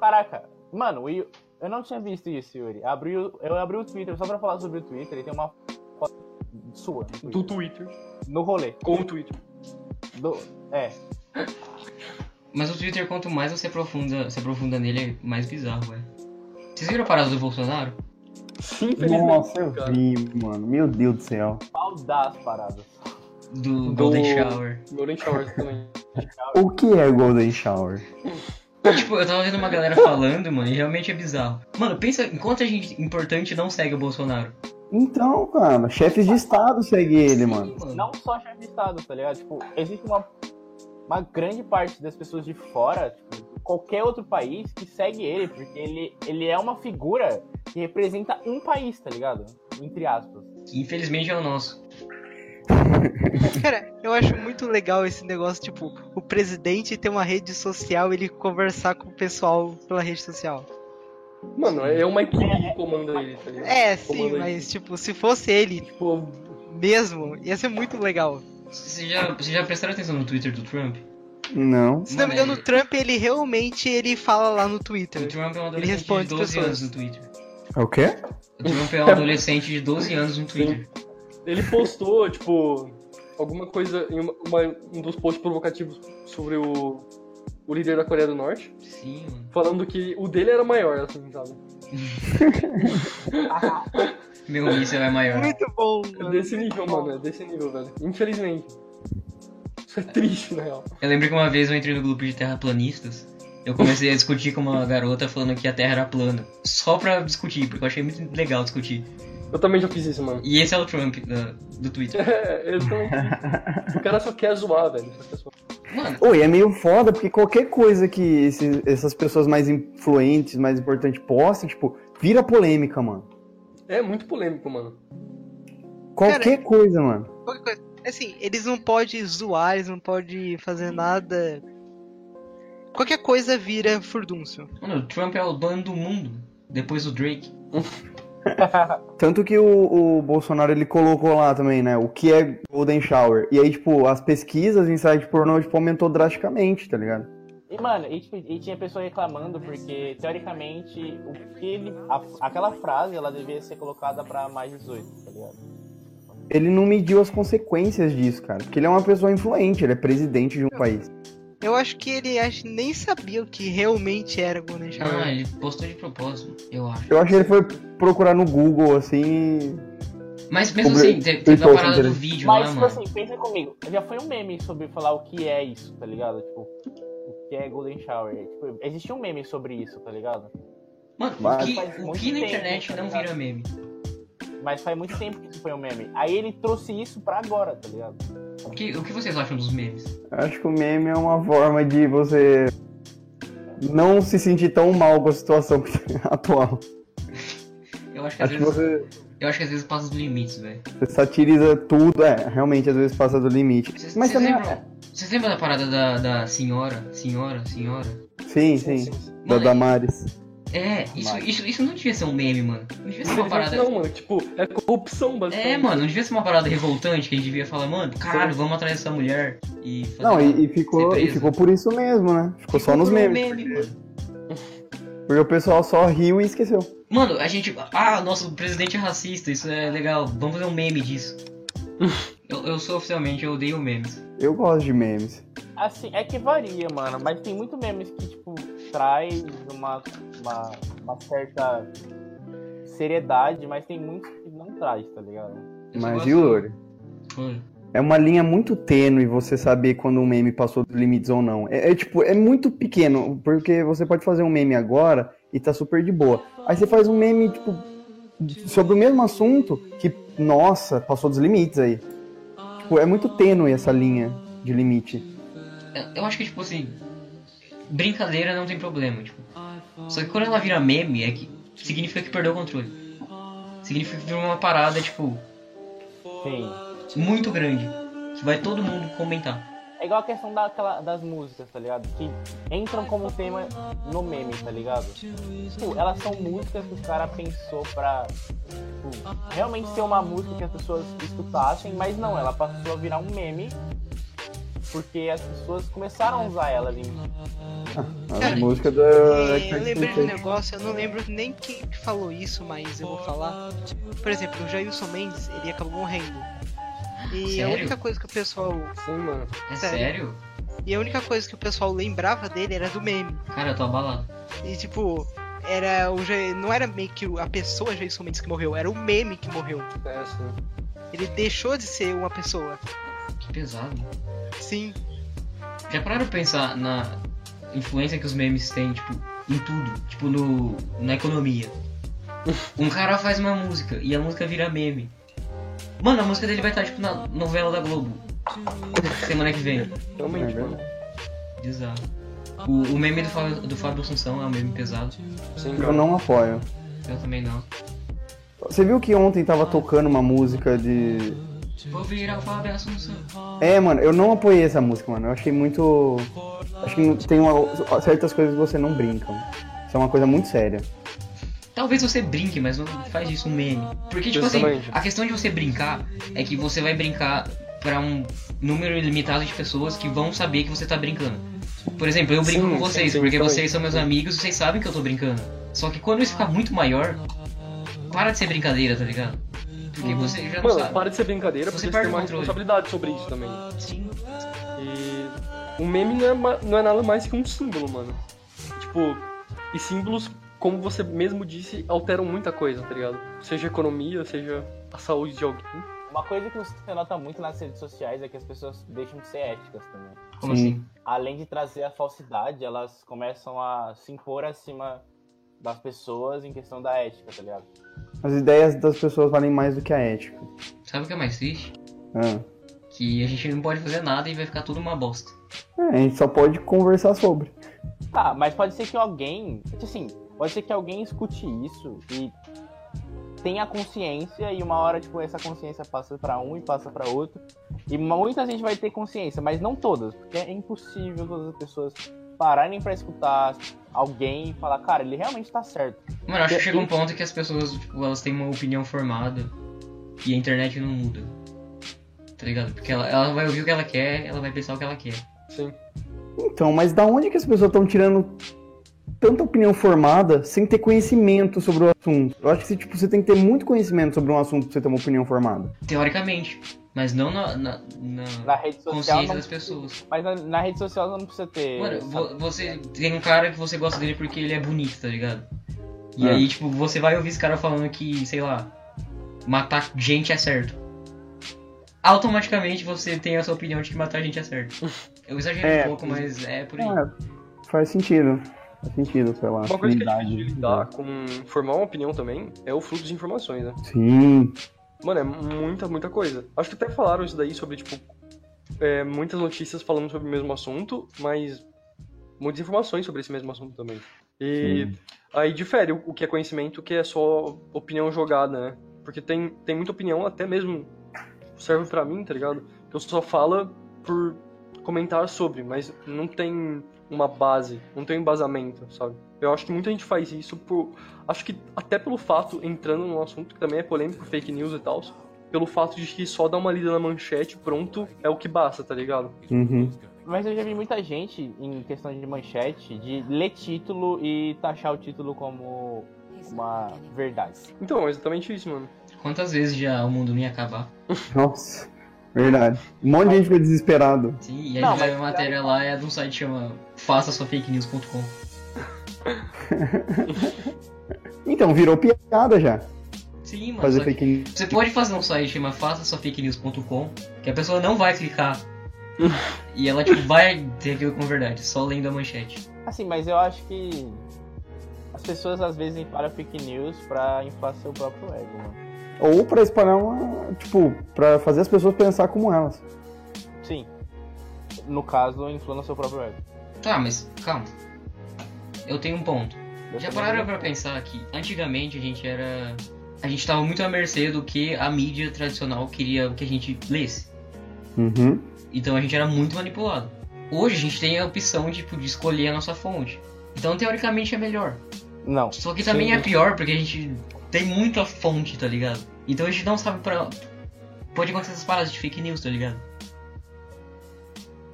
Caraca, mano, o Yu- eu não tinha visto isso, Yuri. Abri o- eu abri o Twitter só pra falar sobre o Twitter e tem uma foto sua no Twitter.
Do Twitter.
no rolê.
Com o Twitter.
Do- É,
Mas o Twitter, quanto mais você aprofunda, se aprofunda nele, é mais bizarro, é. Vocês viram a parada do Bolsonaro?
Infelizmente,
Nossa, eu
cara.
vi, mano. Meu Deus do céu.
pau das paradas.
Do,
Do-
Golden Shower.
Golden Showers também.
O que é Golden Shower?
tipo, eu tava vendo uma galera falando, mano, e realmente é bizarro. Mano, pensa em quanta gente importante não segue o Bolsonaro.
Então, cara, chefes de Estado seguem ele, mano.
Sim,
Não só chefe de Estado, tá ligado? Tipo, existe uma, uma grande parte das pessoas de fora, tipo, qualquer outro país, que segue ele, porque ele, ele é uma figura que representa um país, tá ligado? Entre aspas.
Que infelizmente é o nosso.
Cara, eu acho muito legal esse negócio, tipo, o presidente ter uma rede social e ele conversar com o pessoal pela rede social.
Mano, é uma equipe que comanda ele, tá ligado?
É, sim,
Comanda ele.
mas tipo, se fosse ele
Tipo,
mesmo, ia ser muito legal.
Vocês já, vocês já prestaram atenção no Twitter do Trump? Então,
Não.
Se não me engano, o Trump, ele realmente ele fala lá no
O
Twitter.
Trump é um adolescente de
responde
12
pessoas.
anos no Twitter.
É o quê?
O Trump é um adolescente de 12 anos no Twitter.
ele postou, tipo, alguma coisa em uma, uma- um dos posts provocativos sobre o, o líder da Coreia do Norte,
Sim, mano.
falando que o dele era maior, assim, sabe?
Meu míssel é maior.
Muito bom,
É
mano.
desse nível, mano, é desse nível, velho. Infelizmente. Isso é triste, na real.
Eu lembro que uma vez eu entrei no grupo de terraplanistas. Eu comecei a discutir com uma garota falando que a Terra era plana. Só pra discutir, porque eu achei muito legal discutir.
Eu também já fiz isso, mano. então,
E esse é o Trump da- do Twitter.
É, eu também fiz isso. O cara só quer zoar, velho. só quer zoar.
Mano,
Oi, é meio foda, porque qualquer coisa que esses- essas pessoas mais influentes, mais importantes postem, tipo, vira polêmica, mano.
É muito polêmico, mano.
Qualquer coisa, mano.
Qualquer coisa. Assim, eles não podem zoar, eles não podem fazer nada. Qualquer coisa vira furdúncio.
mano, o Trump é o dono do mundo. Depois o Drake.
Tanto que o, o Bolsonaro, ele colocou lá também, né, o que é Golden Shower. E aí, tipo, as pesquisas em site pornô, tipo, aumentou drasticamente, tá ligado?
E, mano, e, tipo, e tinha pessoa reclamando porque, teoricamente, o que ele, a- aquela frase ela devia ser colocada pra mais 18, tá ligado?
Ele não mediu as consequências disso, cara. Porque ele é uma pessoa influente, ele é presidente de um país.
Eu acho que ele acho, que nem sabia o que realmente era Golden
É.
Shower.
Ah, ele postou de propósito, eu acho.
Eu acho que ele foi procurar no Google, assim...
Mas mesmo
Sobre-
assim, te- teve a
Então,
parada do
interesse.
vídeo
Mas,
lá,
tipo
é, mano.
assim, pensa comigo. Já foi um meme sobre falar o que é isso, tá ligado? Tipo, o que é Golden Shower. Tipo, existia um meme sobre isso, tá ligado?
Mano, o
Mas-
que,
Faz
o
muito
que na
tempo,
internet
tá
não
ligado?
vira meme?
Mas faz muito tempo que isso foi um meme. Aí ele trouxe isso pra agora, tá ligado?
O que, o que vocês acham dos memes?
Eu acho que o meme é uma forma de você não se sentir tão mal com a situação que tá atual.
Eu acho que às
Acho que
vezes,
você,
eu acho que às vezes passa os limites, velho.
você satiriza tudo, é, realmente às vezes passa do limite.
Vocês
Mas
vocês
também.
lembram? Vocês lembram da parada da, da senhora? Senhora, senhora?
é. Sim, sim. Da
Mano,
Damares.
É, isso, isso, isso não devia ser um meme, mano. Não devia ser uma parada.
Não, mano, tipo, é corrupção, basicamente.
É, mano, não devia ser uma parada revoltante que a gente devia falar, mano, caralho, vamos atrás dessa mulher e fazer.
Não,
uma-
e, e ficou,
ser
e
preso.
ficou por isso mesmo, né? Ficou só nos
por um
memes.
meme, mano.
Porque o pessoal só riu e esqueceu.
Mano, a gente. Ah, nosso presidente é racista, isso é legal, vamos fazer um meme disso. eu, eu sou oficialmente, eu odeio memes.
Eu gosto de memes.
Assim, é que varia, mano. Mas tem muito memes que, tipo, traz uma, uma, uma certa seriedade, mas tem muitos que não traz, tá ligado?
Eu só
Mas
gosto-
e o Lore?
Mano,
É uma linha muito tênue você saber quando um meme passou dos limites ou não. É, é, tipo, é muito pequeno, porque você pode fazer um meme agora e tá super de boa. Aí você faz um meme, tipo, sobre o mesmo assunto que, nossa, passou dos limites aí. Tipo, é muito tênue essa linha de limite.
Eu- Eu acho que, tipo assim, brincadeira não tem problema, tipo. Só que quando ela vira meme, é que significa que perdeu o controle. Significa que virou uma parada, tipo,
Sim.
muito grande. Que vai todo mundo comentar.
É igual a questão daquela, das músicas, tá ligado? Que entram como tema no meme, tá ligado? Tipo, elas são músicas que o cara pensou pra tipo, realmente ser uma música que as pessoas escutassem, mas não, ela passou a virar um meme porque as pessoas começaram a usar ela ali.
As
Cara,
músicas da.
É, eu lembrei de um negócio, eu não lembro nem quem que falou isso, mas eu vou falar. Por exemplo, o Jailson Mendes, ele acabou morrendo. E
Sério?
a única coisa que o pessoal.
Sim, mano.
É sério?
Sério? E a única coisa que o pessoal lembrava dele era do meme.
Cara, eu tô abalado.
E tipo, era o Ja- não era meio que a pessoa Jailson Mendes que morreu, era o meme que morreu.
É, assim.
Ele deixou de ser uma pessoa.
Que pesado.
Sim.
Já pararam pra pensar na influência que os memes têm, tipo, em tudo? Tipo, no, na economia. Um cara faz uma música e a música vira meme. Mano, a música dele vai estar, tipo, na novela da Globo. Semana que vem.
É
Realmente,
verdade.
mano.
Bizarro. O, o meme do Fábio, do Fábio Assunção é um meme pesado.
Sim,
Eu não apoio.
Eu também não.
Você viu que ontem tava tocando uma música de.
Vou virar o Fábio Assunção.
É, mano, eu não apoiei essa música, mano. Eu achei muito. Acho que tem uma- certas coisas que você não brinca. mano. Isso é uma coisa muito séria.
Talvez você brinque, mas não faz disso um meme. Porque, tipo assim,
Justamente.
a questão de você brincar é que você vai brincar pra um número ilimitado de pessoas que vão saber que você tá brincando. Por exemplo, eu brinco
Sim,
com vocês,
sim, sim,
porque
também.
vocês são meus amigos e vocês sabem que eu tô brincando. Só que quando isso ficar muito maior, para de ser brincadeira, tá ligado? Porque você já não
Mano,
sabe.
para de ser brincadeira,
Você
porque você
perde
tem uma
o controle.
responsabilidade sobre isso também.
Sim.
E o meme não é, ma- não é nada mais que um símbolo, mano. Tipo, e símbolos, como você mesmo disse, alteram muita coisa, tá ligado? Seja a economia, seja a saúde de alguém.
Uma coisa que você nota muito nas redes sociais é que as pessoas deixam de ser éticas também.
Como
Sim.
assim?
além de trazer a falsidade, elas começam a se impor acima das pessoas em questão da ética, tá ligado?
As ideias das pessoas valem mais do que a ética.
Sabe o que é mais triste?
Ah,
Que a gente não pode fazer nada e vai ficar tudo uma bosta.
É, a gente só pode conversar sobre.
Tá, mas pode ser que alguém. Assim, pode ser que alguém escute isso e tenha consciência e uma hora, tipo, essa consciência passa pra um e passa pra outro. E muita gente vai ter consciência, mas não todas, porque é impossível todas as pessoas pararem pra escutar alguém e falar, cara, ele realmente tá certo.
Mano, eu acho que
Eu-
chega um
eu-
ponto que as pessoas, tipo, elas têm uma opinião formada e a internet não muda. Tá ligado? Porque ela, ela vai ouvir o que ela quer, ela vai pensar o que ela quer.
Sim.
Então, mas da onde que as pessoas estão tirando tanta opinião formada sem ter conhecimento sobre o assunto? Eu acho que tipo, você tem que ter muito conhecimento sobre um assunto pra você ter uma opinião formada.
Teoricamente. Mas não na, na, na
Na rede social.
consciência
Não,
das pessoas.
mas na, na rede social não precisa ter.
Mano,
sabe?
vo- você tem um cara que você gosta dele porque ele é bonito, tá ligado? E
Ah.
É.
aí, tipo, você vai ouvir esse cara falando que, sei lá, matar gente é certo. Automaticamente você tem a sua opinião de que matar gente é certo. Eu exagerei
É.
um pouco, mas é por aí.
É, faz sentido. Faz sentido pela
Uma coisa que é
afinidade.
difícil de lidar com formar uma opinião também é o fluxo de informações, né?
Sim.
Mano, é muita, muita coisa. Acho que até falaram isso daí sobre, tipo, é, muitas notícias falando sobre o mesmo assunto, mas muitas informações sobre esse mesmo assunto também. E aí difere o o que é conhecimento, o que é só opinião jogada, né? Porque tem, tem muita opinião, até mesmo serve pra mim, tá ligado? Que eu só falo por comentar sobre, mas não tem uma base, não tem um embasamento, sabe? Eu acho que muita gente faz isso por. Acho que até pelo fato, entrando num assunto que também é polêmico, fake news e tal, pelo fato de que só dar uma lida na manchete, pronto, é o que basta, tá ligado?
Uhum.
Mas eu já vi muita gente, em questão de manchete, de ler título e taxar o título como uma verdade.
Então, é exatamente isso, mano.
Quantas vezes já o mundo não ia acabar?
Nossa, verdade. Um monte de gente ficou desesperado.
Sim, e aí
Não,
vai
mas-
a matéria lá é de um site que chama façasofakenews.com.
Então, virou piada já.
Sim, mano.
Fazer
só que-
fake news.
Você pode fazer um site que chama façasofakenews.com, que a pessoa não vai clicar. e ela tipo, vai ter aquilo como verdade, só lendo a manchete.
Assim, mas eu acho que as pessoas às vezes espalham fake news pra inflar seu próprio ego, né? mano.
Ou pra espalhar uma. Tipo, pra fazer as pessoas pensar como elas.
Sim. No caso, inflando seu próprio ego.
Tá, mas calma. Eu tenho um ponto.
Eu
Já
também
pararam
não-
pra pensar que antigamente a gente era. A gente tava muito à mercê do que a mídia tradicional queria que a gente lesse.
Uhum.
Então a gente era muito manipulado. Hoje a gente tem a opção tipo, de escolher a nossa fonte. Então teoricamente é melhor.
Não.
Só que também é pior porque a gente tem muita fonte, tá ligado? Então a gente não sabe pra. Pode acontecer essas paradas de fake news, tá ligado?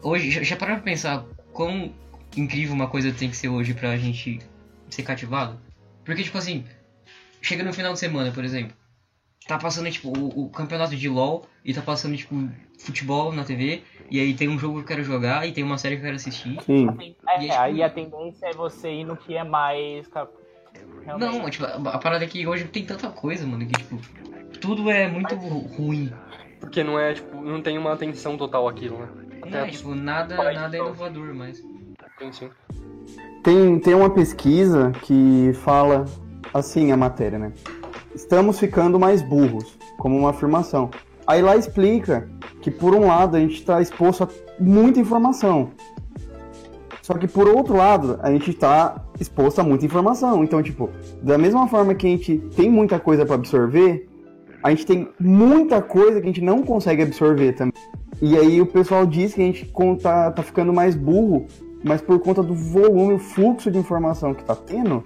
Hoje, já, já pararam pra pensar quão incrível uma coisa tem que ser hoje pra gente ser cativado? Porque, tipo assim, chega no final de semana, por exemplo, tá passando, tipo, o, o campeonato de LoL e tá passando, tipo, futebol na TV, e aí tem um jogo que eu quero jogar e tem uma série que eu quero assistir.
Sim.
É,
E
é,
acho
aí
que-
a tendência é você ir no que é mais. cap- realmente-
Não, tipo, a, a parada é que hoje tem tanta coisa, mano, que tipo, tudo é muito ru- ruim.
Porque não é, tipo, não tem uma atenção total aquilo, né?
Não é, tipo, nada,
Pode,
nada é
então.
inovador, mas.
Tem sim.
Tem, tem uma pesquisa que fala assim a matéria, né? Estamos ficando mais burros, como uma afirmação. Aí lá explica que por um lado a gente está exposto a muita informação. Só que por outro lado, a gente está exposto a muita informação. Então, tipo, da mesma forma que a gente tem muita coisa para absorver, a gente tem muita coisa que a gente não consegue absorver também. E aí o pessoal diz que a gente con- tá, tá ficando mais burro mas por conta do volume, o fluxo de informação que tá tendo,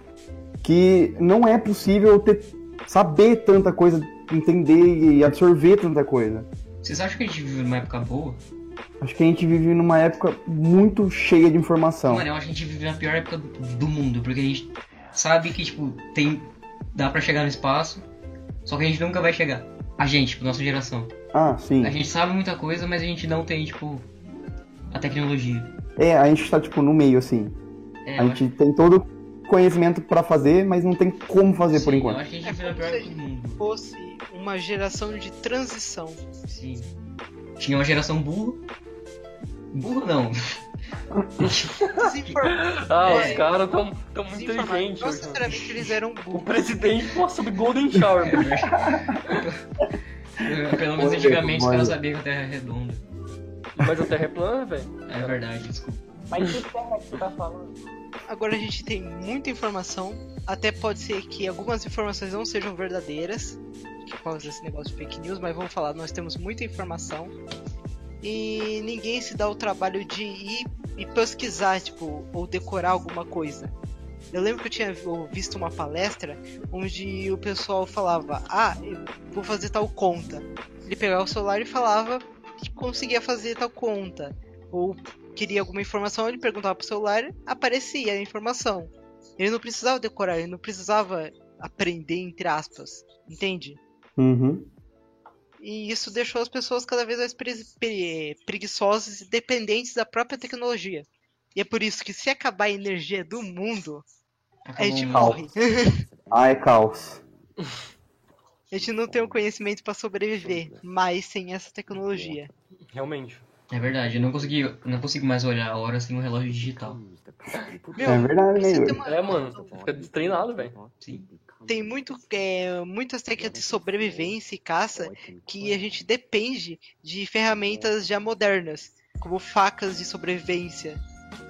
que não é possível ter, saber tanta coisa, entender e absorver tanta coisa.
Vocês acham que a gente vive numa época boa?
Acho que a gente vive numa época muito cheia de informação.
Mano, eu acho que a gente vive na pior época do do mundo, porque a gente sabe que, tipo, tem. dá pra chegar no espaço, só que a gente nunca vai chegar. A gente, tipo, nossa geração.
Ah, sim.
A gente sabe muita coisa, mas a gente não tem, tipo, a tecnologia.
É, a gente tá tipo no meio assim.
É,
A
eu
gente tem todo o conhecimento pra fazer, mas não tem como fazer
acho,
por
sim,
enquanto.
Eu acho que a gente
É
vive na
como
pior
se a
época do mundo.
Fosse uma geração de transição.
Sim. Tinha uma geração burra. Burra não.
Desinformados.
Ah, os
É.
caras tão, tão muito
Desinformados.
inteligentes.
Não
hoje, mano.
necessariamente eles eram
O
burros.
presidente, nossa, do Golden Shower.
É, eu acho- Pelo menos antigamente os caras sabiam que a Terra é redonda.
Mas a Terra é plana, velho.
É verdade, desculpa.
Mas que terra que tu tá falando?
Agora a gente tem muita informação. Até pode ser que algumas informações não sejam verdadeiras, que é causa esse negócio de fake news, mas vamos falar, nós temos muita informação. E ninguém se dá o trabalho de ir e pesquisar, tipo, ou decorar alguma coisa. Eu lembro que eu tinha vi- ou visto uma palestra onde o pessoal falava: Ah, eu vou fazer tal conta. Ele pegava o celular e falava que conseguia fazer tal conta. Ou queria alguma informação, ele perguntava pro celular, aparecia a informação. Ele não precisava decorar, ele não precisava aprender, entre aspas. Entende?
Uhum.
E isso deixou as pessoas cada vez mais pre- pre- preguiçosas e dependentes da própria tecnologia. E é por isso que se acabar a energia do mundo, a
Acabou
gente
um-
morre.
Ah, é caos.
a gente não tem o conhecimento pra sobreviver, mas sem essa tecnologia.
Realmente.
É verdade, eu não consegui, não consigo mais olhar a hora sem um relógio digital.
Meu,
É verdade,
você
né?
tem uma-
É, mano. Fica destreinado, velho.
Sim.
tem muito, é, muitas técnicas de sobrevivência e caça que a gente depende de ferramentas já modernas, como facas de sobrevivência.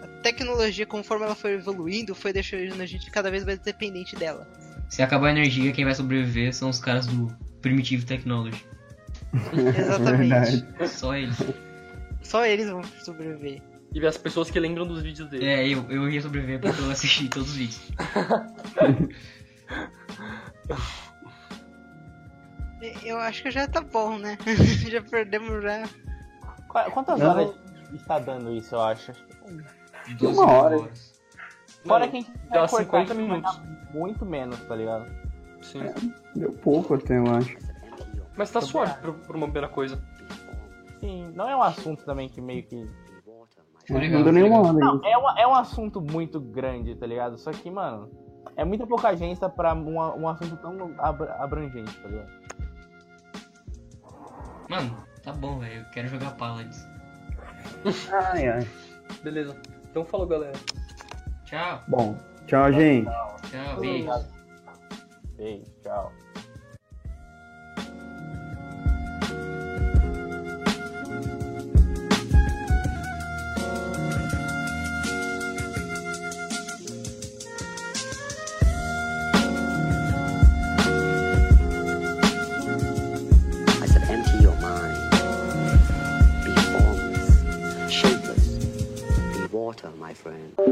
A tecnologia, conforme ela foi evoluindo, foi deixando a gente cada vez mais dependente dela.
Se acabar a energia, quem vai sobreviver são os caras do Primitive Technology.
Exatamente.
Só eles.
Só eles vão sobreviver.
E as pessoas que lembram dos vídeos dele.
É, eu, eu ia sobreviver porque eu assisti todos os vídeos.
E- Eu acho que já tá bom, né? já perdemos né? já.
Qua- Quantas
Não,
horas está dando isso, eu acho?
Doze
Uma hora.
horas.
Fora que a gente vai
dá
cortar,
50
a gente vai
minutos.
dar Muito menos, tá ligado?
Sim.
Deu pouco até, eu acho.
Mas tá suave pra, pra uma primeira coisa.
Sim, não é um assunto também que meio que.
Ficou legal,
não deu
ficou
nenhuma
legal.
hora
Não,
ainda.
é um, é um assunto muito grande, tá ligado? Só que, mano, é muita pouca agência pra um, a- um assunto tão abra- abrangente, tá ligado?
Mano, tá bom, velho. Eu quero jogar Paladins.
Ai, ai.
Beleza. Então falou, galera.
Tchau,
Bom, tchau, gente.
tchau, beijo.
Beijo, tchau.
I said, empty your mind. Be formless, shapeless. Be water, my friend.